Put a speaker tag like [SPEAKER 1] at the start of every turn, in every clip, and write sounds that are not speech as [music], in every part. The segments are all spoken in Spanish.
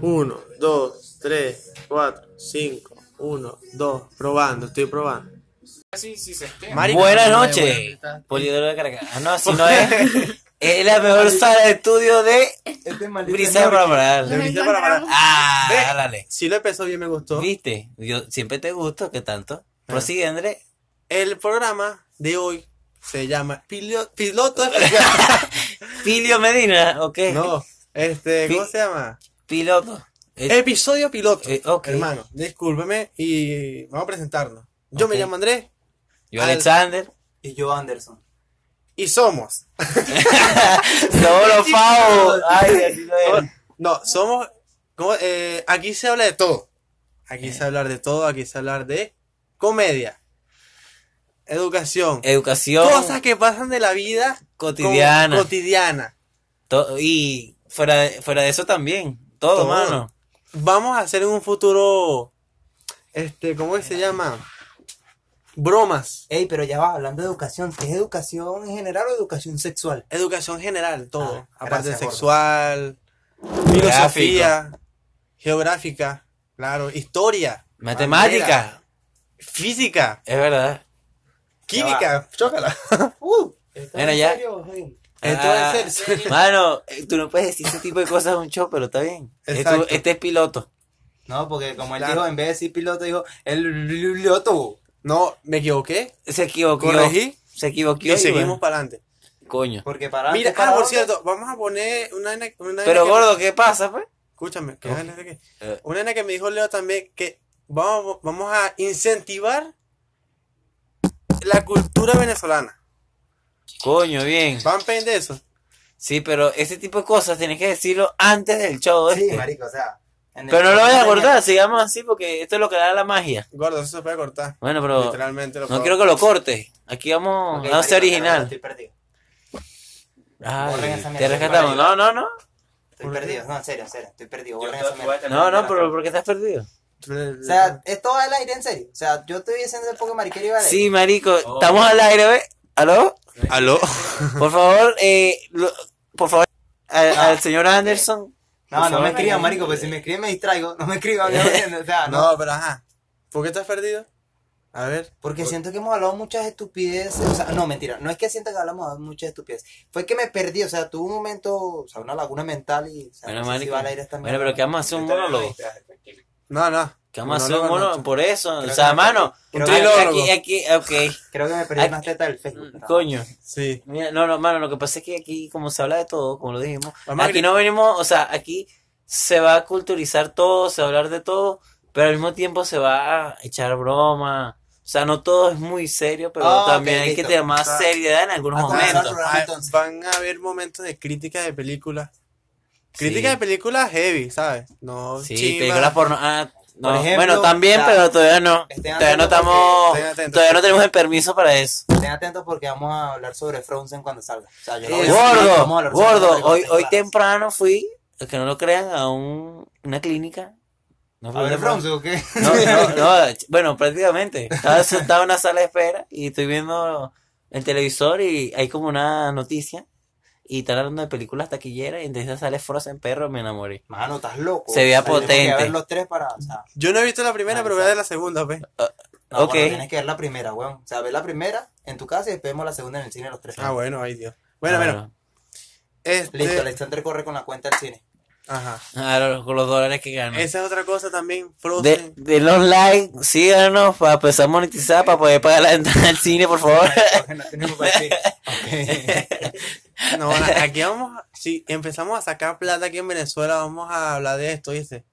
[SPEAKER 1] 1, 2, 3, 4, 5, 1, 2. Probando, estoy probando.
[SPEAKER 2] Así sí se esté.
[SPEAKER 1] Marica,
[SPEAKER 3] Buenas
[SPEAKER 1] no, no,
[SPEAKER 3] noches, Polidoro de Caracas. Ah, no, [laughs] si no [laughs] es. Es
[SPEAKER 1] [laughs]
[SPEAKER 3] la mejor sala de estudio de Brisa para
[SPEAKER 1] Le
[SPEAKER 3] Moral.
[SPEAKER 1] grité para parar.
[SPEAKER 3] Ah,
[SPEAKER 1] Ve.
[SPEAKER 3] dale.
[SPEAKER 1] Si lo empezó bien, me gustó.
[SPEAKER 3] ¿Viste? Yo siempre te gusto, ¿qué tanto?
[SPEAKER 1] Ah.
[SPEAKER 3] Prosigue, André.
[SPEAKER 1] El programa de hoy se llama Pilo-
[SPEAKER 3] [laughs]
[SPEAKER 1] Piloto Especial.
[SPEAKER 3] Filio Medina, ok.
[SPEAKER 1] no, este, ¿cómo
[SPEAKER 3] Pi-
[SPEAKER 1] se llama?
[SPEAKER 3] Piloto. Es-
[SPEAKER 1] Episodio piloto.
[SPEAKER 3] Eh, ok.
[SPEAKER 1] Hermano, discúlpeme y vamos a presentarnos. Yo
[SPEAKER 3] Ok.
[SPEAKER 1] me llamo Andrés
[SPEAKER 3] Yo, Alexander.
[SPEAKER 4] Y yo, Anderson.
[SPEAKER 1] y somos. [laughs]
[SPEAKER 3] Solo Favo. Ay, así lo es.
[SPEAKER 1] No, somos. ¿cómo? Eh, aquí se habla de todo. Aquí se habla de todo. Aquí se habla de comedia, educación,
[SPEAKER 3] Educación
[SPEAKER 1] cosas que pasan de la vida
[SPEAKER 3] cotidiana.
[SPEAKER 1] co- cotidiana.
[SPEAKER 3] to- y fuera de, fuera de eso también. Todo,
[SPEAKER 1] Todo.
[SPEAKER 3] mano.
[SPEAKER 1] Vamos a hacer en un futuro. Este, ¿cómo que se llama? Bromas.
[SPEAKER 4] Ey, pero ya vas hablando de educación. ¿Qué es educación en general o educación sexual?
[SPEAKER 1] Educación general, todo.
[SPEAKER 4] Ah,
[SPEAKER 1] Aparte
[SPEAKER 4] gracias, gordo.
[SPEAKER 1] sexual, filosofía, geográfica, claro, historia,
[SPEAKER 3] Matemática.
[SPEAKER 1] bandera, física,
[SPEAKER 3] Es verdad.
[SPEAKER 1] química, chócala.
[SPEAKER 4] Uh,
[SPEAKER 3] Bueno, ya.
[SPEAKER 1] Esto
[SPEAKER 3] Ah,
[SPEAKER 1] es ser-
[SPEAKER 3] Mano, eh, tú no puedes decir ese tipo de cosas en un show, pero está bien. Eh, tú-
[SPEAKER 1] Exacto.
[SPEAKER 3] Este es piloto.
[SPEAKER 4] No, porque como él
[SPEAKER 1] Claro.
[SPEAKER 4] dijo, en vez de decir piloto, dijo el piloto.
[SPEAKER 1] No, me equivoqué.
[SPEAKER 3] Se equivocó.
[SPEAKER 1] Corregí.
[SPEAKER 3] Se equivocó.
[SPEAKER 1] Y seguimos
[SPEAKER 3] bueno,
[SPEAKER 1] para adelante.
[SPEAKER 3] Coño.
[SPEAKER 4] Porque para
[SPEAKER 1] Mira,
[SPEAKER 4] antes, para
[SPEAKER 1] ah, por
[SPEAKER 4] ahora-
[SPEAKER 1] cierto, vamos a poner una nena, una nena
[SPEAKER 3] Pero
[SPEAKER 1] que-
[SPEAKER 3] gordo, ¿qué pasa, pues?
[SPEAKER 1] escúchame, que
[SPEAKER 3] Ok.
[SPEAKER 1] una nena que-
[SPEAKER 3] Eh.
[SPEAKER 1] una nena que me dijo Leo también que vamos, vamos a incentivar la cultura venezolana.
[SPEAKER 3] Coño, bien.
[SPEAKER 1] Van pendientes de eso.
[SPEAKER 3] Sí, pero ese tipo de cosas tienes que decirlo antes del show.
[SPEAKER 4] Sí,
[SPEAKER 3] este.
[SPEAKER 4] marico, o sea. en el-
[SPEAKER 3] pero no lo vayas a cortar, sigamos así porque esto es lo que da la magia.
[SPEAKER 1] Gordo, eso se puede cortar.
[SPEAKER 3] Bueno, pero
[SPEAKER 1] Literalmente lo
[SPEAKER 3] no
[SPEAKER 1] puedo-
[SPEAKER 3] quiero que lo cortes. Aquí vamos
[SPEAKER 4] Ok,
[SPEAKER 3] a
[SPEAKER 4] marico,
[SPEAKER 3] ser
[SPEAKER 4] pero
[SPEAKER 3] original.
[SPEAKER 4] Estoy perdido.
[SPEAKER 3] Ay,
[SPEAKER 4] Borren esa
[SPEAKER 3] te
[SPEAKER 4] mierda,
[SPEAKER 3] rescatamos. No,
[SPEAKER 4] vale.
[SPEAKER 3] no, no.
[SPEAKER 4] Estoy perdido. No, en serio, en serio. Estoy perdido. borren esa mierda.
[SPEAKER 3] No, no, pero ¿por qué estás perdido?
[SPEAKER 4] O sea, es todo al aire, en serio. O sea, yo estoy diciendo un poco mariquero y vale.
[SPEAKER 3] Sí, marico, estamos al aire, ¿ve? Oh. ¿Aló?
[SPEAKER 1] Aló.
[SPEAKER 3] Por favor, eh, lo- por favor, al,
[SPEAKER 4] Ah.
[SPEAKER 3] al señor Anderson.
[SPEAKER 4] No,
[SPEAKER 3] Por
[SPEAKER 4] no
[SPEAKER 3] favor.
[SPEAKER 4] me escriban, marico, porque si me escriben me distraigo. No me [laughs] escriban, no, o sea, no.
[SPEAKER 1] No, pero ajá. ¿Por qué estás perdido? A ver.
[SPEAKER 4] Porque siento que hemos hablado muchas estupideces. O sea, no, mentira. No es que siento que hablamos muchas estupideces. Fue que me perdí. O sea, tuve un momento, o sea, una laguna mental y. O sea,
[SPEAKER 3] Bueno,
[SPEAKER 4] no sé si
[SPEAKER 3] marico.
[SPEAKER 4] va al aire esta
[SPEAKER 3] Bueno,
[SPEAKER 4] mierda.
[SPEAKER 3] pero que vamos a hacer un monólogo.
[SPEAKER 1] No, no.
[SPEAKER 3] Que vamos a hacer
[SPEAKER 1] Monólogo
[SPEAKER 3] un
[SPEAKER 1] no,
[SPEAKER 3] monólogo
[SPEAKER 1] chamo.
[SPEAKER 3] por eso. O
[SPEAKER 4] Creo
[SPEAKER 3] sea,
[SPEAKER 4] que-
[SPEAKER 3] mano.
[SPEAKER 4] creo
[SPEAKER 3] aquí-
[SPEAKER 1] que-
[SPEAKER 3] Aquí, aquí, ok.
[SPEAKER 4] Creo que me perdí
[SPEAKER 3] Ay, mm,
[SPEAKER 4] unas tetas del Facebook. ¿no?
[SPEAKER 3] Coño.
[SPEAKER 1] Sí.
[SPEAKER 3] Mira, no, no, mano, lo que pasa es que aquí, como se habla de todo, como lo dijimos,
[SPEAKER 1] Vamos a
[SPEAKER 3] aquí
[SPEAKER 1] gri-
[SPEAKER 3] no venimos, o sea, aquí se va a culturizar todo, se va a hablar de todo, pero al mismo tiempo se va a echar broma. O sea, no todo es muy serio, pero
[SPEAKER 4] Ah, ok,
[SPEAKER 3] también hay que
[SPEAKER 4] listo.
[SPEAKER 3] tener más
[SPEAKER 4] Ah.
[SPEAKER 3] seriedad en algunos
[SPEAKER 4] Ah,
[SPEAKER 1] Bueno,
[SPEAKER 3] momentos.
[SPEAKER 4] programa,
[SPEAKER 1] hay-
[SPEAKER 4] entonces.
[SPEAKER 1] van a haber momentos de crítica de películas.
[SPEAKER 3] Sí.
[SPEAKER 1] Crítica de películas heavy, ¿sabes? No,
[SPEAKER 3] Sí,
[SPEAKER 1] chima.
[SPEAKER 3] películas porno. Ah, no.
[SPEAKER 4] Por ejemplo,
[SPEAKER 3] bueno, también,
[SPEAKER 4] la-
[SPEAKER 3] pero todavía no.
[SPEAKER 4] Estén
[SPEAKER 3] Todavía no
[SPEAKER 4] atentos
[SPEAKER 3] estamos.
[SPEAKER 1] Estén atentos.
[SPEAKER 3] Todavía no tenemos el permiso para eso.
[SPEAKER 4] Estén atentos porque vamos a hablar sobre Frozen cuando salga. O sea, yo no voy a-
[SPEAKER 3] Eh, gordo,
[SPEAKER 4] vamos a hablar sobre
[SPEAKER 3] gordo.
[SPEAKER 4] Frozen,
[SPEAKER 3] Hoy, hoy
[SPEAKER 4] claro.
[SPEAKER 3] temprano fui, que no lo crean, a un, una clínica. No
[SPEAKER 4] ¿A
[SPEAKER 3] fue
[SPEAKER 4] ver
[SPEAKER 3] temprano.
[SPEAKER 4] Frozen o qué?
[SPEAKER 1] [laughs]
[SPEAKER 3] [laughs] No, no, no, ch- bueno, prácticamente. Estaba sentado en una sala de espera y estoy viendo el televisor y hay como una noticia y están hablando de películas taquilleras y entonces sale Frozen Perro, me enamoré.
[SPEAKER 4] Mano, estás loco.
[SPEAKER 3] Se veía
[SPEAKER 4] O sea, tenemos que
[SPEAKER 3] potente.
[SPEAKER 4] ver los tres para. O sea,
[SPEAKER 1] Yo no he visto la primera,
[SPEAKER 4] Vale,
[SPEAKER 1] pero voy a
[SPEAKER 4] sabe.
[SPEAKER 1] ver la segunda, pues. ¿ves?
[SPEAKER 4] no,
[SPEAKER 3] Ok.
[SPEAKER 4] bueno, tienes que ver la primera, weón. O sea, ver la primera en tu casa y después vemos la segunda en el cine los tres.
[SPEAKER 1] Ah, bueno, ay Dios. Bueno,
[SPEAKER 3] Ah,
[SPEAKER 1] bueno. Este,
[SPEAKER 4] Listo, Ah, Alexander corre con la cuenta del cine.
[SPEAKER 1] Ajá.
[SPEAKER 3] Claro, con Ah, los dólares que gano.
[SPEAKER 1] Esa es otra cosa también,
[SPEAKER 3] De,
[SPEAKER 1] Frozen.
[SPEAKER 3] de los likes, síganos para empezar a monetizar, para poder pagar la entrada al cine,
[SPEAKER 1] [laughs]
[SPEAKER 3] por favor.
[SPEAKER 4] Porque no tenemos para el cine. Ok.
[SPEAKER 1] No,
[SPEAKER 4] [laughs]
[SPEAKER 1] a- aquí vamos, a- si empezamos a sacar plata aquí en Venezuela, vamos a hablar de esto, ¿viste?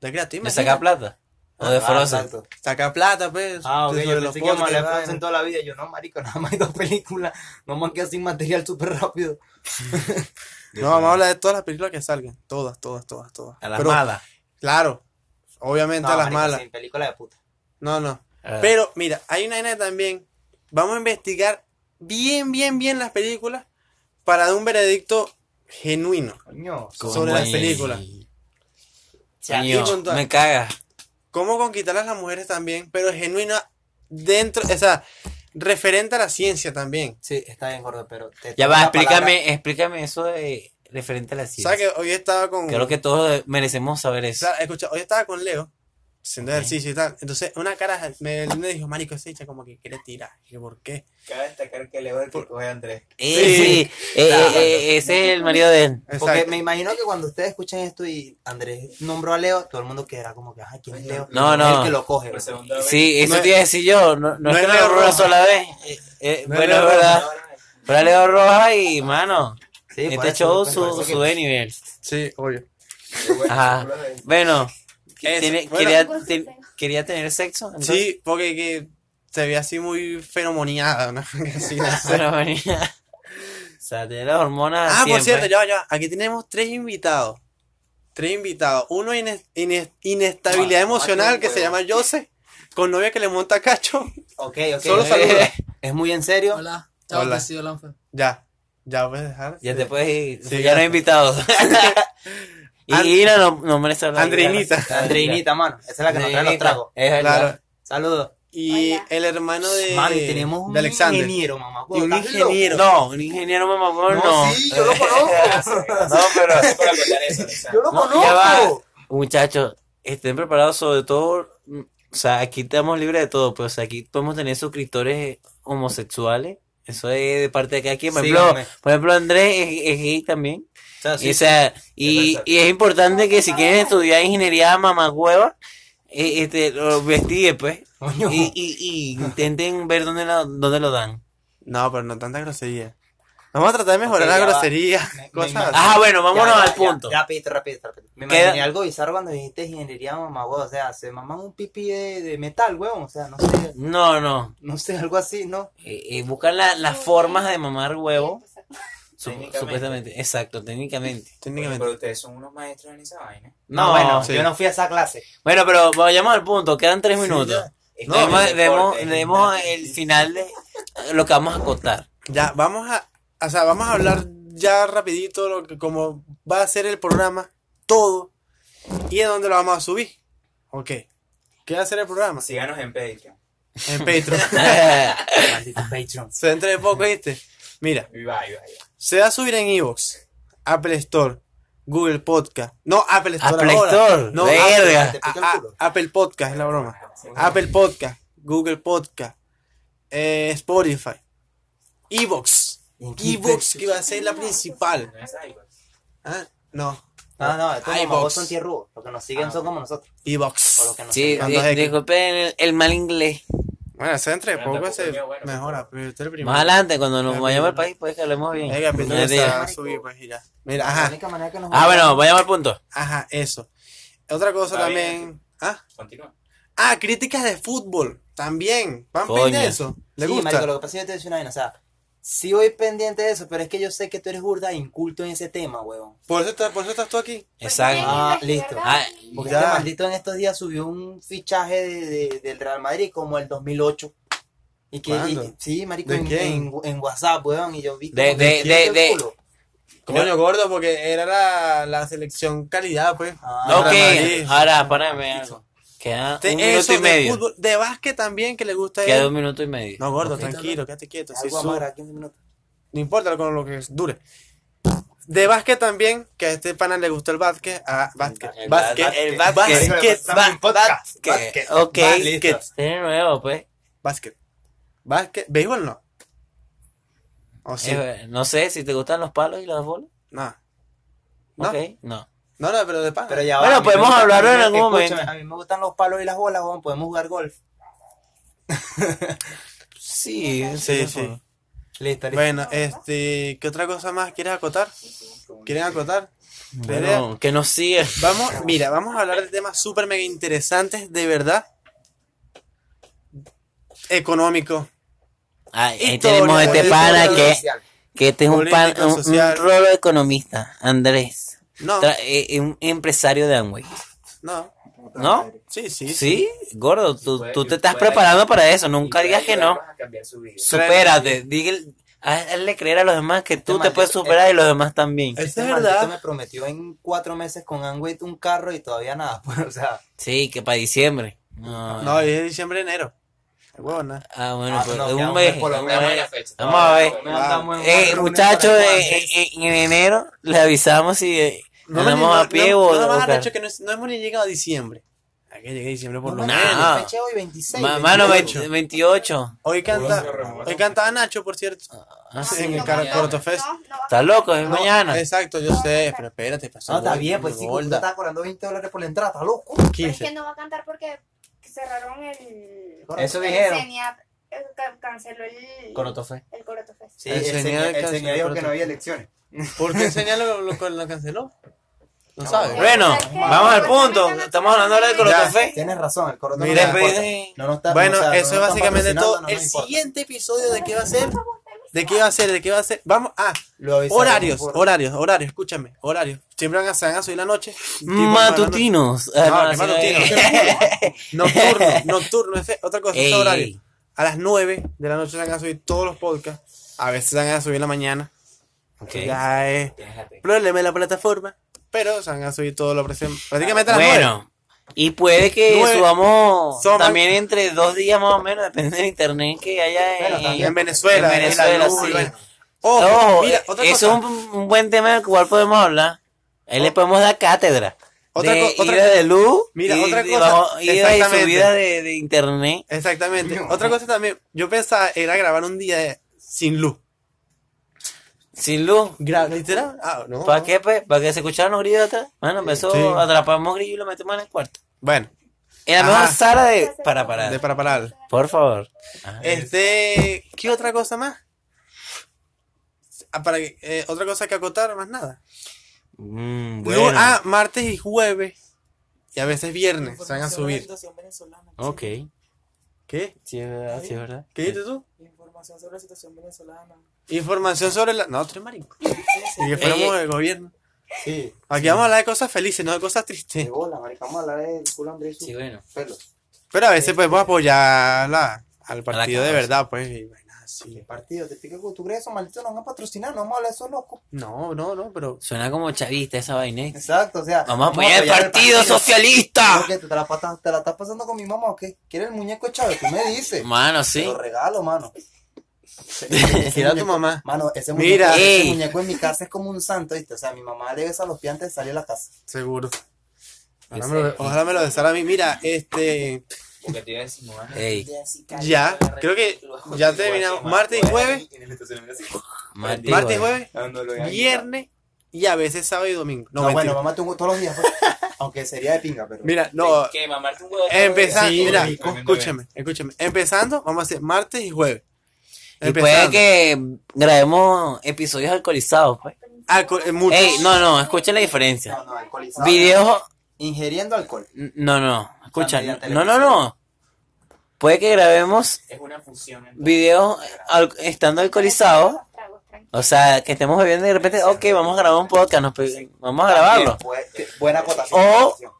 [SPEAKER 1] De creativo.
[SPEAKER 3] [laughs] ¿Me saca plata? ¿O de
[SPEAKER 4] Ah,
[SPEAKER 3] Frozen?
[SPEAKER 4] exacto.
[SPEAKER 1] Saca plata, pues.
[SPEAKER 4] Ah, ok,
[SPEAKER 1] sobre
[SPEAKER 4] yo
[SPEAKER 1] los
[SPEAKER 4] pensé que íbamos a hablar de
[SPEAKER 1] podcasts,
[SPEAKER 4] Frozen toda la vida. Yo, no, marico, [laughs] nada más hay dos películas. No más que sin material súper rápido.
[SPEAKER 1] No, vamos a hablar de todas las películas que salgan. Todas, todas, todas, todas.
[SPEAKER 3] A las
[SPEAKER 1] Pero,
[SPEAKER 3] malas.
[SPEAKER 1] Claro, obviamente
[SPEAKER 4] No,
[SPEAKER 1] a las
[SPEAKER 4] marico,
[SPEAKER 1] malas.
[SPEAKER 4] sin película de puta.
[SPEAKER 1] No, no.
[SPEAKER 3] Ah.
[SPEAKER 1] Pero mira, hay una idea también. Vamos a investigar bien, bien, bien las películas para dar un veredicto genuino.
[SPEAKER 4] Coño.
[SPEAKER 1] sobre las
[SPEAKER 3] Coño,
[SPEAKER 1] películas.
[SPEAKER 3] coño,
[SPEAKER 1] Aquí con tu-
[SPEAKER 3] me caga.
[SPEAKER 1] Cómo conquistar a las mujeres también, pero genuina dentro, o sea, referente a la ciencia también.
[SPEAKER 4] Sí, está bien, gordo, pero. te
[SPEAKER 3] Ya
[SPEAKER 4] tomo
[SPEAKER 3] va,
[SPEAKER 4] la
[SPEAKER 3] explícame,
[SPEAKER 4] palabra.
[SPEAKER 3] explícame eso de referente a la ciencia.
[SPEAKER 1] ¿Sabes que hoy estaba con.
[SPEAKER 3] Creo que todos merecemos saber eso.
[SPEAKER 1] Claro, escucha, hoy estaba con Leo, haciendo
[SPEAKER 3] Ok.
[SPEAKER 1] ejercicio y tal. Entonces, una cara me, me dijo, marico, esa dicha como que quiere tirar. Y yo, ¿por qué?
[SPEAKER 2] Cabe destacar que Leo es el que coge a Andrés.
[SPEAKER 3] Eh, sí, eh, eh, eh, ese es el marido de él.
[SPEAKER 4] Porque
[SPEAKER 1] Exacto.
[SPEAKER 4] me imagino que cuando ustedes escuchen esto y Andrés nombró a Leo, todo el mundo quedará como que, ajá, ¿quién es Leo?
[SPEAKER 3] No,
[SPEAKER 4] Es
[SPEAKER 3] no.
[SPEAKER 4] El que lo coge.
[SPEAKER 1] Pues,
[SPEAKER 2] Por
[SPEAKER 4] bro.
[SPEAKER 2] segunda vez.
[SPEAKER 3] Sí, eso
[SPEAKER 1] No
[SPEAKER 3] te iba a decir yo. No, no
[SPEAKER 1] no
[SPEAKER 3] es que
[SPEAKER 1] es
[SPEAKER 3] no
[SPEAKER 1] Leo
[SPEAKER 3] nombró una
[SPEAKER 1] Rojas.
[SPEAKER 3] sola vez. Eh, eh,
[SPEAKER 1] No es
[SPEAKER 3] bueno, es
[SPEAKER 1] Leo
[SPEAKER 3] verdad.
[SPEAKER 2] Ahora,
[SPEAKER 3] Pero Leo Rojas y, mano,
[SPEAKER 4] Sí, por
[SPEAKER 3] este
[SPEAKER 4] eso,
[SPEAKER 3] show
[SPEAKER 4] pues, por
[SPEAKER 3] su,
[SPEAKER 4] eso que-
[SPEAKER 3] su nivel.
[SPEAKER 1] Sí, obvio.
[SPEAKER 2] qué bueno,
[SPEAKER 3] Ajá.
[SPEAKER 2] seguro de-
[SPEAKER 3] Bueno,
[SPEAKER 1] Eso,
[SPEAKER 3] tiene-
[SPEAKER 1] bueno.
[SPEAKER 3] quería, te- quería tener sexo. entonces-
[SPEAKER 1] Sí, porque que se ve así muy fenomoniada, ¿no? [laughs] Así, no
[SPEAKER 3] [laughs]
[SPEAKER 1] sé.
[SPEAKER 3] Pero venía. O sea, tiene las hormonas.
[SPEAKER 1] Ah, por
[SPEAKER 3] siempre.
[SPEAKER 1] cierto, ya, va, ya. va. Aquí tenemos tres invitados. Tres invitados. Uno ines- ines- inestabilidad
[SPEAKER 4] Ah,
[SPEAKER 1] emocional
[SPEAKER 4] macho,
[SPEAKER 1] que se
[SPEAKER 4] huevo.
[SPEAKER 1] llama Joseph, con novia que le monta cacho.
[SPEAKER 4] Ok, ok.
[SPEAKER 3] [laughs]
[SPEAKER 1] Solo
[SPEAKER 4] Eh,
[SPEAKER 1] saluda.
[SPEAKER 4] Es muy en serio.
[SPEAKER 5] Hola, chao,
[SPEAKER 1] Hola.
[SPEAKER 5] te sigo, Lanfa.
[SPEAKER 1] Ya, ya puedes dejar.
[SPEAKER 3] Ya te puedes ir.
[SPEAKER 1] Sí,
[SPEAKER 3] ya
[SPEAKER 1] gracias.
[SPEAKER 3] no he invitado. y
[SPEAKER 1] And-
[SPEAKER 3] Ira no, no merece hablar.
[SPEAKER 1] Andreinita.
[SPEAKER 4] Andreinita, mano. Esa es la que nos trae los tragos.
[SPEAKER 3] Es verdad.
[SPEAKER 1] Claro.
[SPEAKER 4] Saludos.
[SPEAKER 1] Y
[SPEAKER 6] Hola.
[SPEAKER 1] el hermano de,
[SPEAKER 4] Mano, y tenemos un
[SPEAKER 1] de Alexander.
[SPEAKER 4] ingeniero, mamá.
[SPEAKER 1] Y un
[SPEAKER 4] ¿Estás
[SPEAKER 1] ingeniero.
[SPEAKER 3] No, un ingeniero mamón
[SPEAKER 4] loco?
[SPEAKER 3] no.
[SPEAKER 4] No, eh, sí, yo lo conozco.
[SPEAKER 3] [laughs] No, pero.
[SPEAKER 2] Gracias por acordar eso,
[SPEAKER 4] Yo
[SPEAKER 2] Alexander.
[SPEAKER 4] lo
[SPEAKER 3] No, ya va.
[SPEAKER 4] conozco.
[SPEAKER 3] Muchachos, estén preparados sobre todo, mm, o sea, aquí estamos libres de todo, pero o sea, aquí podemos tener suscriptores homosexuales, eso es de parte de cada quien, por
[SPEAKER 4] Sí,
[SPEAKER 3] ejemplo,
[SPEAKER 4] hombre.
[SPEAKER 3] por ejemplo Andrés es, es gay también,
[SPEAKER 4] O sea,
[SPEAKER 3] y, o
[SPEAKER 4] sí,
[SPEAKER 3] sea, y,
[SPEAKER 2] exacto.
[SPEAKER 3] y es importante que si quieren estudiar ingeniería mamagüeva, eh, este, lo investiguen pues,
[SPEAKER 4] coño.
[SPEAKER 3] y, y, y intenten ver dónde, la- dónde lo dan.
[SPEAKER 1] No, pero no tanta grosería. Vamos a tratar de mejorar
[SPEAKER 4] Ok, ya
[SPEAKER 1] la
[SPEAKER 4] va.
[SPEAKER 1] grosería.
[SPEAKER 4] Me- me
[SPEAKER 1] cosas
[SPEAKER 4] imagino.
[SPEAKER 1] así.
[SPEAKER 3] Ah, bueno, vámonos
[SPEAKER 4] Ya, ya,
[SPEAKER 3] al
[SPEAKER 4] ya.
[SPEAKER 3] punto.
[SPEAKER 4] Rapidito, rapidito, rapidito. Me
[SPEAKER 3] Queda-
[SPEAKER 4] imaginé algo bizarro cuando dijiste ingeniería mamá, huevo. O sea, se maman un pipí de, de metal, huevón. O sea, no sé,
[SPEAKER 3] No, no,
[SPEAKER 4] no sé, algo así, ¿no?
[SPEAKER 3] eh, eh, buscan la- las formas de mamar huevo, su-
[SPEAKER 2] Técnicamente.
[SPEAKER 3] supuestamente, exacto, técnicamente.
[SPEAKER 1] Técnicamente.
[SPEAKER 2] Pero ustedes son unos maestros en esa vaina.
[SPEAKER 3] No,
[SPEAKER 4] No, bueno,
[SPEAKER 1] sí.
[SPEAKER 4] yo no fui a esa clase.
[SPEAKER 3] Bueno, pero vayamos al punto, quedan tres minutos. Este,
[SPEAKER 2] Esto
[SPEAKER 3] No,
[SPEAKER 2] Este es
[SPEAKER 3] demos, demos-
[SPEAKER 2] deporte, es
[SPEAKER 3] demos
[SPEAKER 2] gimnasia.
[SPEAKER 3] el final de lo que vamos a contar. [laughs]
[SPEAKER 1] Ya, vamos a, o sea, vamos a hablar ya rapidito lo que, como va a ser el programa, todo, y en dónde lo vamos a subir. Ok. ¿Qué va a ser el programa?
[SPEAKER 2] Síganos en Patreon.
[SPEAKER 1] En Patreon.
[SPEAKER 3] [laughs]
[SPEAKER 4] Maldito Ah. Patreon.
[SPEAKER 1] Se entra de poco, ¿viste? Mira,
[SPEAKER 2] Y va, y va, y va.
[SPEAKER 1] se va a subir en Evox, Apple Store, Google Podcast. No, Apple Store
[SPEAKER 3] Apple
[SPEAKER 1] ahora.
[SPEAKER 3] Store,
[SPEAKER 1] No,
[SPEAKER 3] verga.
[SPEAKER 1] A- a- Apple Podcast es la broma.
[SPEAKER 3] Ah.
[SPEAKER 1] Apple Podcast, Google Podcast, eh, Spotify, Evox. Evox que va a ser la principal.
[SPEAKER 2] No es algo.
[SPEAKER 1] Ah, no,
[SPEAKER 4] No, no, estos
[SPEAKER 1] iVox.
[SPEAKER 4] mamagos son tierrudos. Los que nos siguen son como nosotros. O los
[SPEAKER 1] Evox.
[SPEAKER 4] que nos
[SPEAKER 3] Sí,
[SPEAKER 1] ¿Cuántos
[SPEAKER 3] di-
[SPEAKER 1] X?
[SPEAKER 3] disculpen el, el mal inglés.
[SPEAKER 1] Bueno, ese entre
[SPEAKER 2] Bueno,
[SPEAKER 1] poco
[SPEAKER 2] tampoco
[SPEAKER 1] se
[SPEAKER 2] es bueno,
[SPEAKER 1] mejora,
[SPEAKER 2] tampoco.
[SPEAKER 1] pero este es el primero.
[SPEAKER 3] Más adelante, cuando nos
[SPEAKER 1] Ah,
[SPEAKER 3] vayamos al
[SPEAKER 1] primero.
[SPEAKER 3] país, pues que hablemos bien.
[SPEAKER 1] Venga, pero
[SPEAKER 3] No
[SPEAKER 1] se
[SPEAKER 3] digas.
[SPEAKER 1] va a subir, pues, y ya. Mira,
[SPEAKER 4] La
[SPEAKER 1] ajá,
[SPEAKER 4] única manera que nos
[SPEAKER 3] Ah, bueno, vayamos al punto.
[SPEAKER 1] ajá, eso. Otra cosa
[SPEAKER 2] Está bien,
[SPEAKER 1] también. Ah,
[SPEAKER 2] Continúa.
[SPEAKER 1] ah, críticas de fútbol. También. Van
[SPEAKER 3] Coño.
[SPEAKER 1] pendientes de eso. ¿Le
[SPEAKER 4] sí,
[SPEAKER 1] gusta?
[SPEAKER 4] marico, lo que pasa es que yo te decía una vaina, o sea, sí voy pendiente de eso, pero es que yo sé que tú eres burda e inculto en ese tema, huevón.
[SPEAKER 1] Por, eso estás, por eso estás tú aquí.
[SPEAKER 6] Pues
[SPEAKER 3] Exacto.
[SPEAKER 4] Ah, listo.
[SPEAKER 3] Ah,
[SPEAKER 4] Porque
[SPEAKER 1] Ya.
[SPEAKER 4] este maldito en estos días subió un fichaje de, de- del Real Madrid como el 2008. Y que,
[SPEAKER 1] ¿Cuándo?
[SPEAKER 4] y- sí, marico,
[SPEAKER 1] ¿De
[SPEAKER 4] en,
[SPEAKER 1] quién?
[SPEAKER 4] en, en WhatsApp, huevón, y yo vi
[SPEAKER 3] De-
[SPEAKER 4] como que
[SPEAKER 3] de-
[SPEAKER 4] me quieto
[SPEAKER 3] de-
[SPEAKER 4] el
[SPEAKER 3] de-
[SPEAKER 4] culo.
[SPEAKER 1] Coño, gordo, porque era la, la selección calidad, pues.
[SPEAKER 4] Ah,
[SPEAKER 3] ok,
[SPEAKER 1] Madrid.
[SPEAKER 3] ahora párame algo. Queda
[SPEAKER 1] De
[SPEAKER 3] un minuto
[SPEAKER 1] Este, eso,
[SPEAKER 3] y
[SPEAKER 1] de
[SPEAKER 3] medio.
[SPEAKER 1] fútbol, de básquet también, que le gusta a él.
[SPEAKER 3] Queda un minuto y medio.
[SPEAKER 1] Eh, No, gordo,
[SPEAKER 3] Ok.
[SPEAKER 1] tranquilo, quédate quieto. sí,
[SPEAKER 4] algo
[SPEAKER 1] sube.
[SPEAKER 4] amarra, 15 minutos.
[SPEAKER 1] No importa con lo que dure. De básquet también, que a este pana le gusta el básquet. Ah, básquet.
[SPEAKER 3] El
[SPEAKER 1] básquet.
[SPEAKER 3] básquet. El
[SPEAKER 1] Básquet.
[SPEAKER 3] básquet.
[SPEAKER 1] Básquet.
[SPEAKER 3] Ba- básquet. Ok.
[SPEAKER 1] Básquet.
[SPEAKER 3] Tiene nuevo, pues.
[SPEAKER 1] Básquet. Básquet. ¿Béisbol no? ¿O sí?
[SPEAKER 3] Eh, no sé si te gustan los palos y las bolas.
[SPEAKER 1] No. ¿No?
[SPEAKER 3] Ok, no.
[SPEAKER 1] No, no, pero de pana.
[SPEAKER 4] Pero ya va,
[SPEAKER 3] Bueno,
[SPEAKER 4] a mí me
[SPEAKER 3] podemos
[SPEAKER 4] gustan-
[SPEAKER 3] hablarlo en
[SPEAKER 4] escúchame,
[SPEAKER 3] algún momento.
[SPEAKER 4] A mí me gustan los palos y las bolas, huevón, podemos jugar golf.
[SPEAKER 3] Sí,
[SPEAKER 1] Sí,
[SPEAKER 3] por favor.
[SPEAKER 1] sí.
[SPEAKER 4] Listo, listo.
[SPEAKER 1] Bueno, este, ¿qué otra cosa más quieres acotar? ¿Quieren acotar? Pelea.
[SPEAKER 3] Bueno, que nos siga.
[SPEAKER 1] Vamos, mira, vamos a hablar de temas súper mega interesantes, de verdad. Económico.
[SPEAKER 3] Ah, ahí
[SPEAKER 1] Historia,
[SPEAKER 3] tenemos este
[SPEAKER 1] historia
[SPEAKER 3] pana que,
[SPEAKER 4] social.
[SPEAKER 3] que este es un, pan,
[SPEAKER 1] política,
[SPEAKER 3] un- un
[SPEAKER 1] social.
[SPEAKER 3] rolo economista, Andrés.
[SPEAKER 1] No,
[SPEAKER 3] Tra- eh, eh, un empresario de Amway.
[SPEAKER 1] no.
[SPEAKER 3] ¿No?
[SPEAKER 1] Sí, sí.
[SPEAKER 3] Sí, gordo, tú,
[SPEAKER 2] puede-
[SPEAKER 3] tú
[SPEAKER 2] y
[SPEAKER 3] te estás
[SPEAKER 2] puede-
[SPEAKER 3] preparando para eso.
[SPEAKER 2] Y
[SPEAKER 3] Nunca
[SPEAKER 2] puede
[SPEAKER 3] digas que no.
[SPEAKER 2] ayudarlos a cambiar su vida.
[SPEAKER 3] Supérate. Dile, hazle creer a los demás que tú te
[SPEAKER 4] maldito-
[SPEAKER 3] puedes superar y los demás también.
[SPEAKER 1] Eso
[SPEAKER 4] Este
[SPEAKER 1] es
[SPEAKER 4] maldito
[SPEAKER 1] verdad.
[SPEAKER 4] me prometió en cuatro meses con Angway un carro y todavía nada. [laughs] pues, o sea,
[SPEAKER 3] Sí, que para diciembre. No,
[SPEAKER 1] No, es diciembre, enero. Huevona.
[SPEAKER 3] Ah, bueno,
[SPEAKER 4] Ah,
[SPEAKER 3] pues,
[SPEAKER 4] no,
[SPEAKER 3] de
[SPEAKER 4] ya,
[SPEAKER 3] un
[SPEAKER 4] un
[SPEAKER 3] mes.
[SPEAKER 4] mes por lo
[SPEAKER 3] un
[SPEAKER 4] menos.
[SPEAKER 3] mes.
[SPEAKER 5] Buena fecha.
[SPEAKER 3] Vamos a ver.
[SPEAKER 5] Vamos
[SPEAKER 1] Ah,
[SPEAKER 4] Andamos en
[SPEAKER 3] Eh,
[SPEAKER 4] un lunes
[SPEAKER 3] muchachos,
[SPEAKER 4] para
[SPEAKER 3] eh,
[SPEAKER 4] Valencia.
[SPEAKER 3] eh, en enero les avisamos si eh, andamos a pie
[SPEAKER 1] no,
[SPEAKER 3] o.
[SPEAKER 1] no,
[SPEAKER 3] o
[SPEAKER 1] no,
[SPEAKER 3] car-
[SPEAKER 1] Nacho, que no, es- no hemos ni llegado a diciembre. Hay que llegar a diciembre por
[SPEAKER 4] No,
[SPEAKER 1] lo
[SPEAKER 4] no,
[SPEAKER 1] menos.
[SPEAKER 4] la
[SPEAKER 3] no.
[SPEAKER 4] fecha hoy 26.
[SPEAKER 3] Ma- Mano,
[SPEAKER 1] 28.
[SPEAKER 3] 20- 28.
[SPEAKER 1] Hoy canta,
[SPEAKER 5] Puro remoto.
[SPEAKER 1] hoy cantaba Nacho, por cierto.
[SPEAKER 3] Ah,
[SPEAKER 1] Sí,
[SPEAKER 3] sí.
[SPEAKER 1] en el Car-
[SPEAKER 6] No,
[SPEAKER 1] Cortofest.
[SPEAKER 6] no, no,
[SPEAKER 3] Está loco, es mañana.
[SPEAKER 1] Exacto, yo sé, pero espérate, pasó.
[SPEAKER 4] No, está
[SPEAKER 1] hoy,
[SPEAKER 4] bien, pues sí, como tú te
[SPEAKER 1] gorda.
[SPEAKER 4] estás cobrando 20 dólares por la entrada, está loco.
[SPEAKER 6] Pero es
[SPEAKER 1] 15.
[SPEAKER 6] que no va a cantar porque cerraron el.
[SPEAKER 4] Correcto.
[SPEAKER 6] el
[SPEAKER 4] Eso
[SPEAKER 3] dijeron.
[SPEAKER 6] Senia, eh, ca- canceló el.
[SPEAKER 3] Corotofe.
[SPEAKER 6] El Corotofest.
[SPEAKER 4] Sí,
[SPEAKER 1] El
[SPEAKER 4] el
[SPEAKER 1] señor
[SPEAKER 4] señor, el
[SPEAKER 1] alcanzó
[SPEAKER 4] señor
[SPEAKER 1] el
[SPEAKER 4] dijo que
[SPEAKER 1] protocolo.
[SPEAKER 4] no había elecciones.
[SPEAKER 1] ¿Por qué señal lo, lo, lo canceló? No sabes.
[SPEAKER 3] Bueno,
[SPEAKER 6] Es que-
[SPEAKER 3] vamos al punto. Estamos hablando ahora de Corotofé.
[SPEAKER 4] Tienes razón, el corto
[SPEAKER 1] Mira,
[SPEAKER 4] no nos importa. No nos está-
[SPEAKER 1] Bueno,
[SPEAKER 4] o sea, no
[SPEAKER 1] eso es
[SPEAKER 4] nos están
[SPEAKER 1] básicamente
[SPEAKER 4] patrocinando,
[SPEAKER 1] todo.
[SPEAKER 4] no nos
[SPEAKER 1] El
[SPEAKER 4] importa.
[SPEAKER 1] siguiente episodio de qué va a ser, de qué va a ser, de qué va a ser. Vamos, ah,
[SPEAKER 4] Lo avisaremos
[SPEAKER 1] horarios,
[SPEAKER 4] por-
[SPEAKER 1] horarios, horarios, escúchame, horarios. Siempre van a, se van a subir la noche. Tipo,
[SPEAKER 3] Matutinos.
[SPEAKER 1] No,
[SPEAKER 3] Ah, no,
[SPEAKER 1] que
[SPEAKER 3] así no
[SPEAKER 1] matutino.
[SPEAKER 3] es.
[SPEAKER 1] [laughs] Nocturno, nocturno, ese- otra cosa, ese
[SPEAKER 3] Ey,
[SPEAKER 1] horario.
[SPEAKER 3] ey.
[SPEAKER 1] A las 9 de la noche se van a subir todos los podcasts. A veces se van a subir en la mañana.
[SPEAKER 3] Ok.
[SPEAKER 1] que Ya es
[SPEAKER 2] Tienes la P.
[SPEAKER 1] problema de la plataforma. Pero se van a subir todo lo presen- prácticamente a las 9.
[SPEAKER 3] Bueno, y puede que
[SPEAKER 1] Nueve.
[SPEAKER 3] subamos
[SPEAKER 1] Soman-
[SPEAKER 3] también entre dos días más o menos, depende del internet que haya
[SPEAKER 4] Bueno,
[SPEAKER 3] en,
[SPEAKER 4] también.
[SPEAKER 1] En Venezuela,
[SPEAKER 3] En
[SPEAKER 1] en la
[SPEAKER 3] Venezuela,
[SPEAKER 1] luz,
[SPEAKER 3] sí.
[SPEAKER 1] bueno. Ojo,
[SPEAKER 3] Ojo,
[SPEAKER 1] mira,
[SPEAKER 3] eh,
[SPEAKER 1] otra
[SPEAKER 3] eso
[SPEAKER 1] cosa.
[SPEAKER 3] es un, un buen tema del cual podemos hablar. Ahí le podemos dar cátedra.
[SPEAKER 1] Otra
[SPEAKER 3] de
[SPEAKER 1] co- otra
[SPEAKER 3] ida
[SPEAKER 1] co-
[SPEAKER 3] de luz,
[SPEAKER 1] Mira,
[SPEAKER 3] y,
[SPEAKER 1] otra
[SPEAKER 3] y
[SPEAKER 1] cosa,
[SPEAKER 3] bajo- ida y
[SPEAKER 1] exactamente.
[SPEAKER 3] subida de, de internet.
[SPEAKER 1] Exactamente.
[SPEAKER 4] No.
[SPEAKER 1] Otra cosa también, yo pensaba era grabar un día de- sin luz.
[SPEAKER 3] Sin luz.
[SPEAKER 1] Gra- literal. Ah, no.
[SPEAKER 3] ¿Para qué? Pues? ¿Para que se escucharan los grillos de atrás? Bueno, empezó,
[SPEAKER 1] Eh, Sí.
[SPEAKER 3] atrapamos grillos y lo metemos en el cuarto.
[SPEAKER 1] Bueno,
[SPEAKER 3] En la
[SPEAKER 1] Ajá.
[SPEAKER 3] mejor sala de... Para parar.
[SPEAKER 1] de para parar.
[SPEAKER 3] Por favor. Ah,
[SPEAKER 1] Este, ¿qué otra cosa más? Ah, para que- eh, otra cosa que acotar, más nada.
[SPEAKER 3] Mm,
[SPEAKER 1] Lu-
[SPEAKER 3] bueno.
[SPEAKER 1] ah, martes y jueves y a veces viernes se van a subir.
[SPEAKER 2] Información sobre la situación venezolana.
[SPEAKER 3] Ok.
[SPEAKER 1] ¿Qué?
[SPEAKER 3] Sí, es verdad, sí, es verdad.
[SPEAKER 1] ¿Qué dices tú?
[SPEAKER 2] Información sobre la situación venezolana.
[SPEAKER 1] Información sobre la. No, tres maricos. [laughs] Y que fuéramos
[SPEAKER 3] Ey,
[SPEAKER 1] del gobierno.
[SPEAKER 4] Sí,
[SPEAKER 1] Aquí vamos a hablar de cosas felices, no de cosas
[SPEAKER 4] de
[SPEAKER 1] tristes.
[SPEAKER 4] bola, marica, vamos a hablar del culo Andrés.
[SPEAKER 3] Sí, bueno.
[SPEAKER 4] Pelo.
[SPEAKER 1] Pero a veces podemos apoyar la- al partido de
[SPEAKER 3] causa.
[SPEAKER 1] verdad, pues. y vainas así.
[SPEAKER 4] El partido, te pica con tu greso, maldito, nos van a patrocinar, no vamos a hablar de eso, loco.
[SPEAKER 1] No, no, no, [laughs] pero.
[SPEAKER 3] Suena como chavista esa vaina. ¿eh?
[SPEAKER 4] Exacto, o sea.
[SPEAKER 3] Vamos a apoyar el
[SPEAKER 4] apoyar al
[SPEAKER 3] Partido Socialista.
[SPEAKER 4] Creo que ¿Te, la pata- te la estás pasando con mi mamá o qué? ¿Quieres el muñeco Chávez? Tú me dices.
[SPEAKER 3] Mano,
[SPEAKER 4] Te
[SPEAKER 3] sí.
[SPEAKER 4] lo regalo, mano.
[SPEAKER 1] [laughs] Mira a tu mamá.
[SPEAKER 4] Mano, ese muñeco,
[SPEAKER 1] Mira.
[SPEAKER 4] ese
[SPEAKER 3] Ey.
[SPEAKER 4] muñeco en mi casa es como un santo, ¿viste? O sea, mi mamá le besa los pies antes de salir a la casa.
[SPEAKER 1] Seguro. Ojalá me, lo, ojalá me lo besara a mí. Mira, este.
[SPEAKER 2] Porque te iba a decir, no van a-
[SPEAKER 3] Ey.
[SPEAKER 1] Ya, creo que ya terminamos. Martes y jueves.
[SPEAKER 2] En el estacionamiento así.
[SPEAKER 3] Martes,
[SPEAKER 1] Martes y
[SPEAKER 3] güey.
[SPEAKER 1] jueves.
[SPEAKER 2] Dándolo ahí.
[SPEAKER 1] Viernes y a veces sábado y domingo. No,
[SPEAKER 4] No, bueno,
[SPEAKER 1] mentira.
[SPEAKER 4] mamá tuvo todos los días,
[SPEAKER 1] [laughs]
[SPEAKER 4] pues. aunque sería de pinga, pero.
[SPEAKER 1] Mira, no.
[SPEAKER 2] Que mamarte un huevo.
[SPEAKER 1] Empezando,
[SPEAKER 4] Sí,
[SPEAKER 1] mira,
[SPEAKER 4] rico.
[SPEAKER 1] escúchame, escúchame. Empezando, vamos a hacer martes y jueves.
[SPEAKER 3] Y puede que grabemos episodios alcoholizados, pues.
[SPEAKER 1] Ah, co- eh, mucho.
[SPEAKER 3] Ey, no, no, escuchen la diferencia.
[SPEAKER 4] No, no, alcoholizado.
[SPEAKER 3] Videos.
[SPEAKER 4] Ingiriendo alcohol.
[SPEAKER 3] No, no, escucha.
[SPEAKER 4] mediante
[SPEAKER 3] No,
[SPEAKER 4] el
[SPEAKER 3] no, no. Puede que grabemos
[SPEAKER 2] Es una función. entonces.
[SPEAKER 3] videos al- estando alcoholizados.
[SPEAKER 6] Tragos, tranquilo.
[SPEAKER 3] O sea, que estemos bebiendo y de repente, ok, vamos a grabar un podcast, nos pe- vamos a grabarlo.
[SPEAKER 4] Bue- que- Buena acotación.
[SPEAKER 3] O-
[SPEAKER 4] acotación.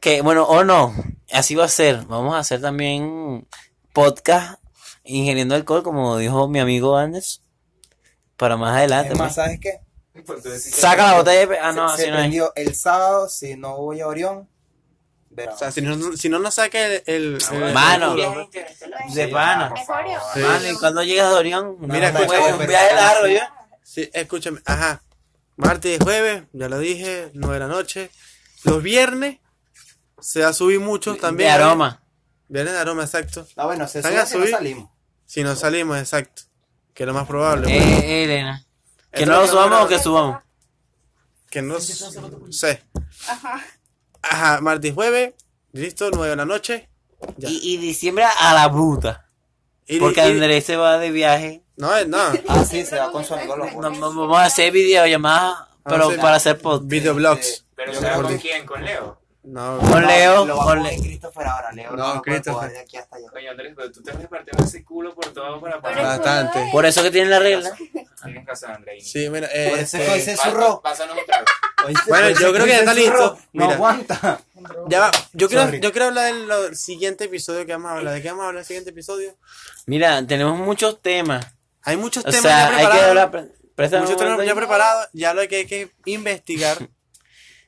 [SPEAKER 3] Que bueno, o no, así va a ser. Vamos a hacer también podcast ingiriendo alcohol, como dijo mi amigo Anders, para más
[SPEAKER 1] Ah,
[SPEAKER 3] adelante.
[SPEAKER 4] Es más,
[SPEAKER 3] pues.
[SPEAKER 4] ¿sabes qué?
[SPEAKER 2] Por tu decisión.
[SPEAKER 3] Saca la botella de... pe- Ah, no,
[SPEAKER 4] se,
[SPEAKER 3] así
[SPEAKER 4] se
[SPEAKER 3] no es.
[SPEAKER 4] prendió el sábado, si no voy a Orión. verá.
[SPEAKER 1] O sea, si no, si no nos saca el. el- el-
[SPEAKER 3] Mano.
[SPEAKER 1] el culo,
[SPEAKER 3] De pana.
[SPEAKER 6] ¿Es Oreo?
[SPEAKER 1] Sí.
[SPEAKER 3] Mano, ¿y cuando llegas a Orión?
[SPEAKER 1] Mira,
[SPEAKER 3] No,
[SPEAKER 1] escucha,
[SPEAKER 3] güey, un
[SPEAKER 4] pero-
[SPEAKER 3] viaje largo, yo.
[SPEAKER 1] sí, escúchame, ajá. Martes y jueves, ya lo dije, 9 de la noche. Los viernes se va a subir mucho también. ¿eh?
[SPEAKER 3] De aroma.
[SPEAKER 1] Viernes de aroma, exacto.
[SPEAKER 4] Ah, bueno, se
[SPEAKER 1] Van
[SPEAKER 4] sube
[SPEAKER 1] a
[SPEAKER 4] si no
[SPEAKER 1] subir.
[SPEAKER 4] salimos.
[SPEAKER 1] Si no salimos, exacto. Que es lo más probable. pues.
[SPEAKER 3] Eh, eh, Elena. Que
[SPEAKER 1] Esto
[SPEAKER 3] no lo
[SPEAKER 1] es lo
[SPEAKER 3] subamos o
[SPEAKER 1] bueno.
[SPEAKER 3] que subamos.
[SPEAKER 1] Que no sé.
[SPEAKER 6] Ajá.
[SPEAKER 1] Ajá, martes y jueves, listo, 9 de la noche. Ya.
[SPEAKER 3] Y, y diciembre a la bruta.
[SPEAKER 1] Y-
[SPEAKER 3] Porque
[SPEAKER 1] y-
[SPEAKER 3] Andrés se va de viaje.
[SPEAKER 1] No, eh, no.
[SPEAKER 4] Ah, sí, se va con su amigo los
[SPEAKER 3] No,
[SPEAKER 4] gordos.
[SPEAKER 3] no, Vamos a hacer videollamadas,
[SPEAKER 1] Ah,
[SPEAKER 3] pero
[SPEAKER 1] hacer
[SPEAKER 3] para hacer podcast.
[SPEAKER 1] Videoblogs.
[SPEAKER 2] Pero
[SPEAKER 4] Este, Yo
[SPEAKER 2] ¿sabes
[SPEAKER 4] creo
[SPEAKER 2] con
[SPEAKER 4] que-
[SPEAKER 2] quién? ¿Con Leo?
[SPEAKER 1] No.
[SPEAKER 3] Con Leo,
[SPEAKER 4] Lo
[SPEAKER 3] con
[SPEAKER 4] vamos
[SPEAKER 3] Leo.
[SPEAKER 4] de Christopher ahora, Leo.
[SPEAKER 1] No,
[SPEAKER 4] puede poder
[SPEAKER 1] Christopher.
[SPEAKER 4] de aquí hasta allá.
[SPEAKER 2] Coño, Andrés, pero tú te vas repartiendo ese culo por todo para pagar.
[SPEAKER 1] Bastante.
[SPEAKER 3] Por e- eso que tienen la regla.
[SPEAKER 2] Tienes razón, Andrés.
[SPEAKER 1] Sí, mira,
[SPEAKER 4] Por
[SPEAKER 1] eh,
[SPEAKER 4] eso
[SPEAKER 1] eh,
[SPEAKER 4] es que hoy se zurró.
[SPEAKER 2] Pásanos un trago.
[SPEAKER 4] Hoy se-
[SPEAKER 1] Bueno,
[SPEAKER 4] hoy se-
[SPEAKER 1] yo creo que ya está
[SPEAKER 4] hoy se zurró.
[SPEAKER 1] listo.
[SPEAKER 4] No
[SPEAKER 1] Mira.
[SPEAKER 4] aguanta.
[SPEAKER 1] ya va. Yo quiero,
[SPEAKER 4] Sorry.
[SPEAKER 1] yo quiero hablar del lo- siguiente episodio que vamos a hablar. ¿De qué vamos a hablar en el siguiente episodio?
[SPEAKER 3] Mira, tenemos muchos temas.
[SPEAKER 1] Hay muchos
[SPEAKER 3] O
[SPEAKER 1] temas ya
[SPEAKER 3] sea, hay que
[SPEAKER 1] preparados.
[SPEAKER 3] hablar. pre- presta un
[SPEAKER 1] muchos temas
[SPEAKER 3] momento
[SPEAKER 1] ya
[SPEAKER 3] ahí.
[SPEAKER 1] preparados. Ya lo que hay que investigar, [laughs]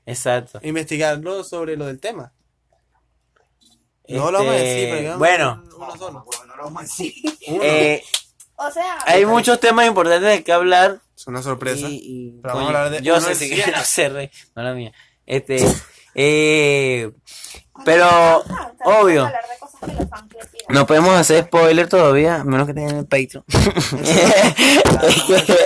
[SPEAKER 3] Exacto.
[SPEAKER 1] investigarlo sobre lo del tema. No lo vamos a
[SPEAKER 3] Este,
[SPEAKER 1] decir, pero digamos,
[SPEAKER 3] Bueno,
[SPEAKER 1] uno solo.
[SPEAKER 2] Bueno, no lo vamos a decir.
[SPEAKER 1] Uno.
[SPEAKER 3] eh,
[SPEAKER 6] O sea,
[SPEAKER 3] hay muchos temas importantes de que hablar.
[SPEAKER 1] es una sorpresa.
[SPEAKER 3] Y, y,
[SPEAKER 1] Pero vamos
[SPEAKER 3] coño,
[SPEAKER 1] a hablar de
[SPEAKER 3] yo
[SPEAKER 1] uno
[SPEAKER 3] sé
[SPEAKER 1] de
[SPEAKER 3] si
[SPEAKER 1] cien.
[SPEAKER 3] que [laughs] no sé, rey. Mala mía. Este, eh, pero, obvio.
[SPEAKER 6] Hablar de cosas que los fans les pidan.
[SPEAKER 3] no podemos hacer spoiler todavía, a menos que tengan el Patreon. [laughs]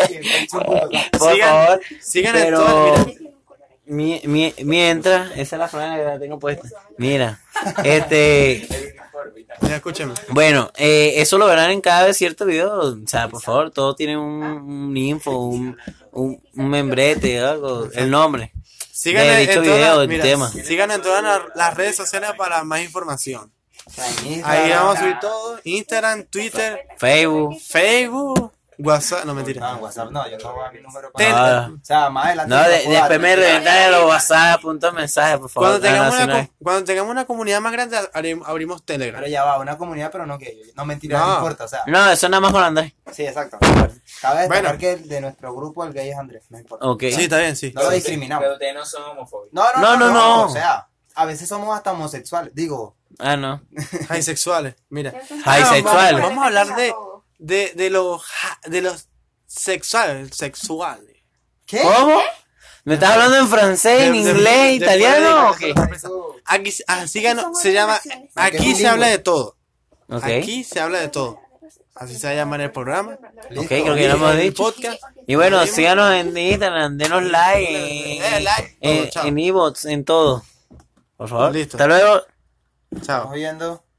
[SPEAKER 3] Por
[SPEAKER 1] Sigan-
[SPEAKER 3] favor.
[SPEAKER 1] Sigan
[SPEAKER 3] pero-
[SPEAKER 1] en todas las-
[SPEAKER 6] Sí, tiene un color ahí.
[SPEAKER 3] Mi- mi- mientras, esa es la frase que la tengo puesta. Mira, este,
[SPEAKER 2] El uniforme y tal.
[SPEAKER 1] Mira, escúchame.
[SPEAKER 3] bueno, eh, eso lo verán en cada cierto video. O sea, por favor, todo tiene un, un info, un, un, un membrete, algo, el nombre.
[SPEAKER 1] Sigan
[SPEAKER 3] De
[SPEAKER 1] en,
[SPEAKER 3] dicho
[SPEAKER 1] en todas
[SPEAKER 3] video,
[SPEAKER 1] las-
[SPEAKER 3] el
[SPEAKER 1] mira,
[SPEAKER 3] tema.
[SPEAKER 1] sigan en todas las- las redes sociales para más información. Ahí
[SPEAKER 4] Ahí
[SPEAKER 1] vamos a subir todo. Instagram, Twitter,
[SPEAKER 3] Facebook.
[SPEAKER 1] Facebook, WhatsApp. No, mentira.
[SPEAKER 4] No, en Ah, WhatsApp no, yo no voy a mi número
[SPEAKER 1] Ten-
[SPEAKER 4] para.
[SPEAKER 3] Ah.
[SPEAKER 4] O sea, más adelante.
[SPEAKER 3] No,
[SPEAKER 4] lo
[SPEAKER 3] de-
[SPEAKER 4] puedo dar.
[SPEAKER 3] después me reventan en los WhatsApp, punto mensaje, por favor.
[SPEAKER 1] Cuando tengamos,
[SPEAKER 3] Ah, no,
[SPEAKER 1] una,
[SPEAKER 3] si no
[SPEAKER 1] com- cuando tengamos una comunidad más grande, haremos- abrimos Telegram.
[SPEAKER 4] Pero ya va, una comunidad, pero no que yo. No mentira,
[SPEAKER 1] No.
[SPEAKER 4] no, importa, o sea.
[SPEAKER 3] es. No, eso nada más con Andrés.
[SPEAKER 4] Sí, exacto. Cabe destacar
[SPEAKER 1] Bueno.
[SPEAKER 4] que el de nuestro grupo el gay es Andrés, no importa.
[SPEAKER 3] Ok.
[SPEAKER 1] Sí, está bien, sí.
[SPEAKER 4] No
[SPEAKER 1] [laughs]
[SPEAKER 4] lo discriminamos.
[SPEAKER 2] Pero ustedes no son homofóbicos.
[SPEAKER 4] No, no,
[SPEAKER 3] No,
[SPEAKER 4] no,
[SPEAKER 3] no,
[SPEAKER 4] no,
[SPEAKER 3] no.
[SPEAKER 4] O sea, a veces somos hasta homosexuales. Digo,
[SPEAKER 3] Ah, no.
[SPEAKER 1] Bisexuales. Mira.
[SPEAKER 3] Ay,
[SPEAKER 1] Ah,
[SPEAKER 3] sexual.
[SPEAKER 1] Vamos, vamos a hablar de, de, de los ja- de los sexuales, sexuales.
[SPEAKER 4] ¿qué?
[SPEAKER 3] ¿Cómo? ¿Me estás hablando en francés, en
[SPEAKER 1] De- de-
[SPEAKER 3] inglés,
[SPEAKER 1] de-
[SPEAKER 3] italiano o qué?
[SPEAKER 1] Aquí así gano-
[SPEAKER 6] Somos
[SPEAKER 1] se llama
[SPEAKER 6] naciones.
[SPEAKER 1] aquí se habla de todo.
[SPEAKER 3] Ok.
[SPEAKER 1] Aquí se habla de todo. Así se va a llamar el programa.
[SPEAKER 3] Ok, creo que ya lo hemos
[SPEAKER 1] El
[SPEAKER 3] dicho.
[SPEAKER 1] podcast.
[SPEAKER 3] Y bueno, síganos en Instagram, denos like, en-
[SPEAKER 1] Dale Eh, like, todo,
[SPEAKER 3] en
[SPEAKER 1] chao.
[SPEAKER 3] en e-bots, en todo. Por favor.
[SPEAKER 1] Listo.
[SPEAKER 3] Hasta luego.
[SPEAKER 1] Chao.
[SPEAKER 4] Estamos viendo.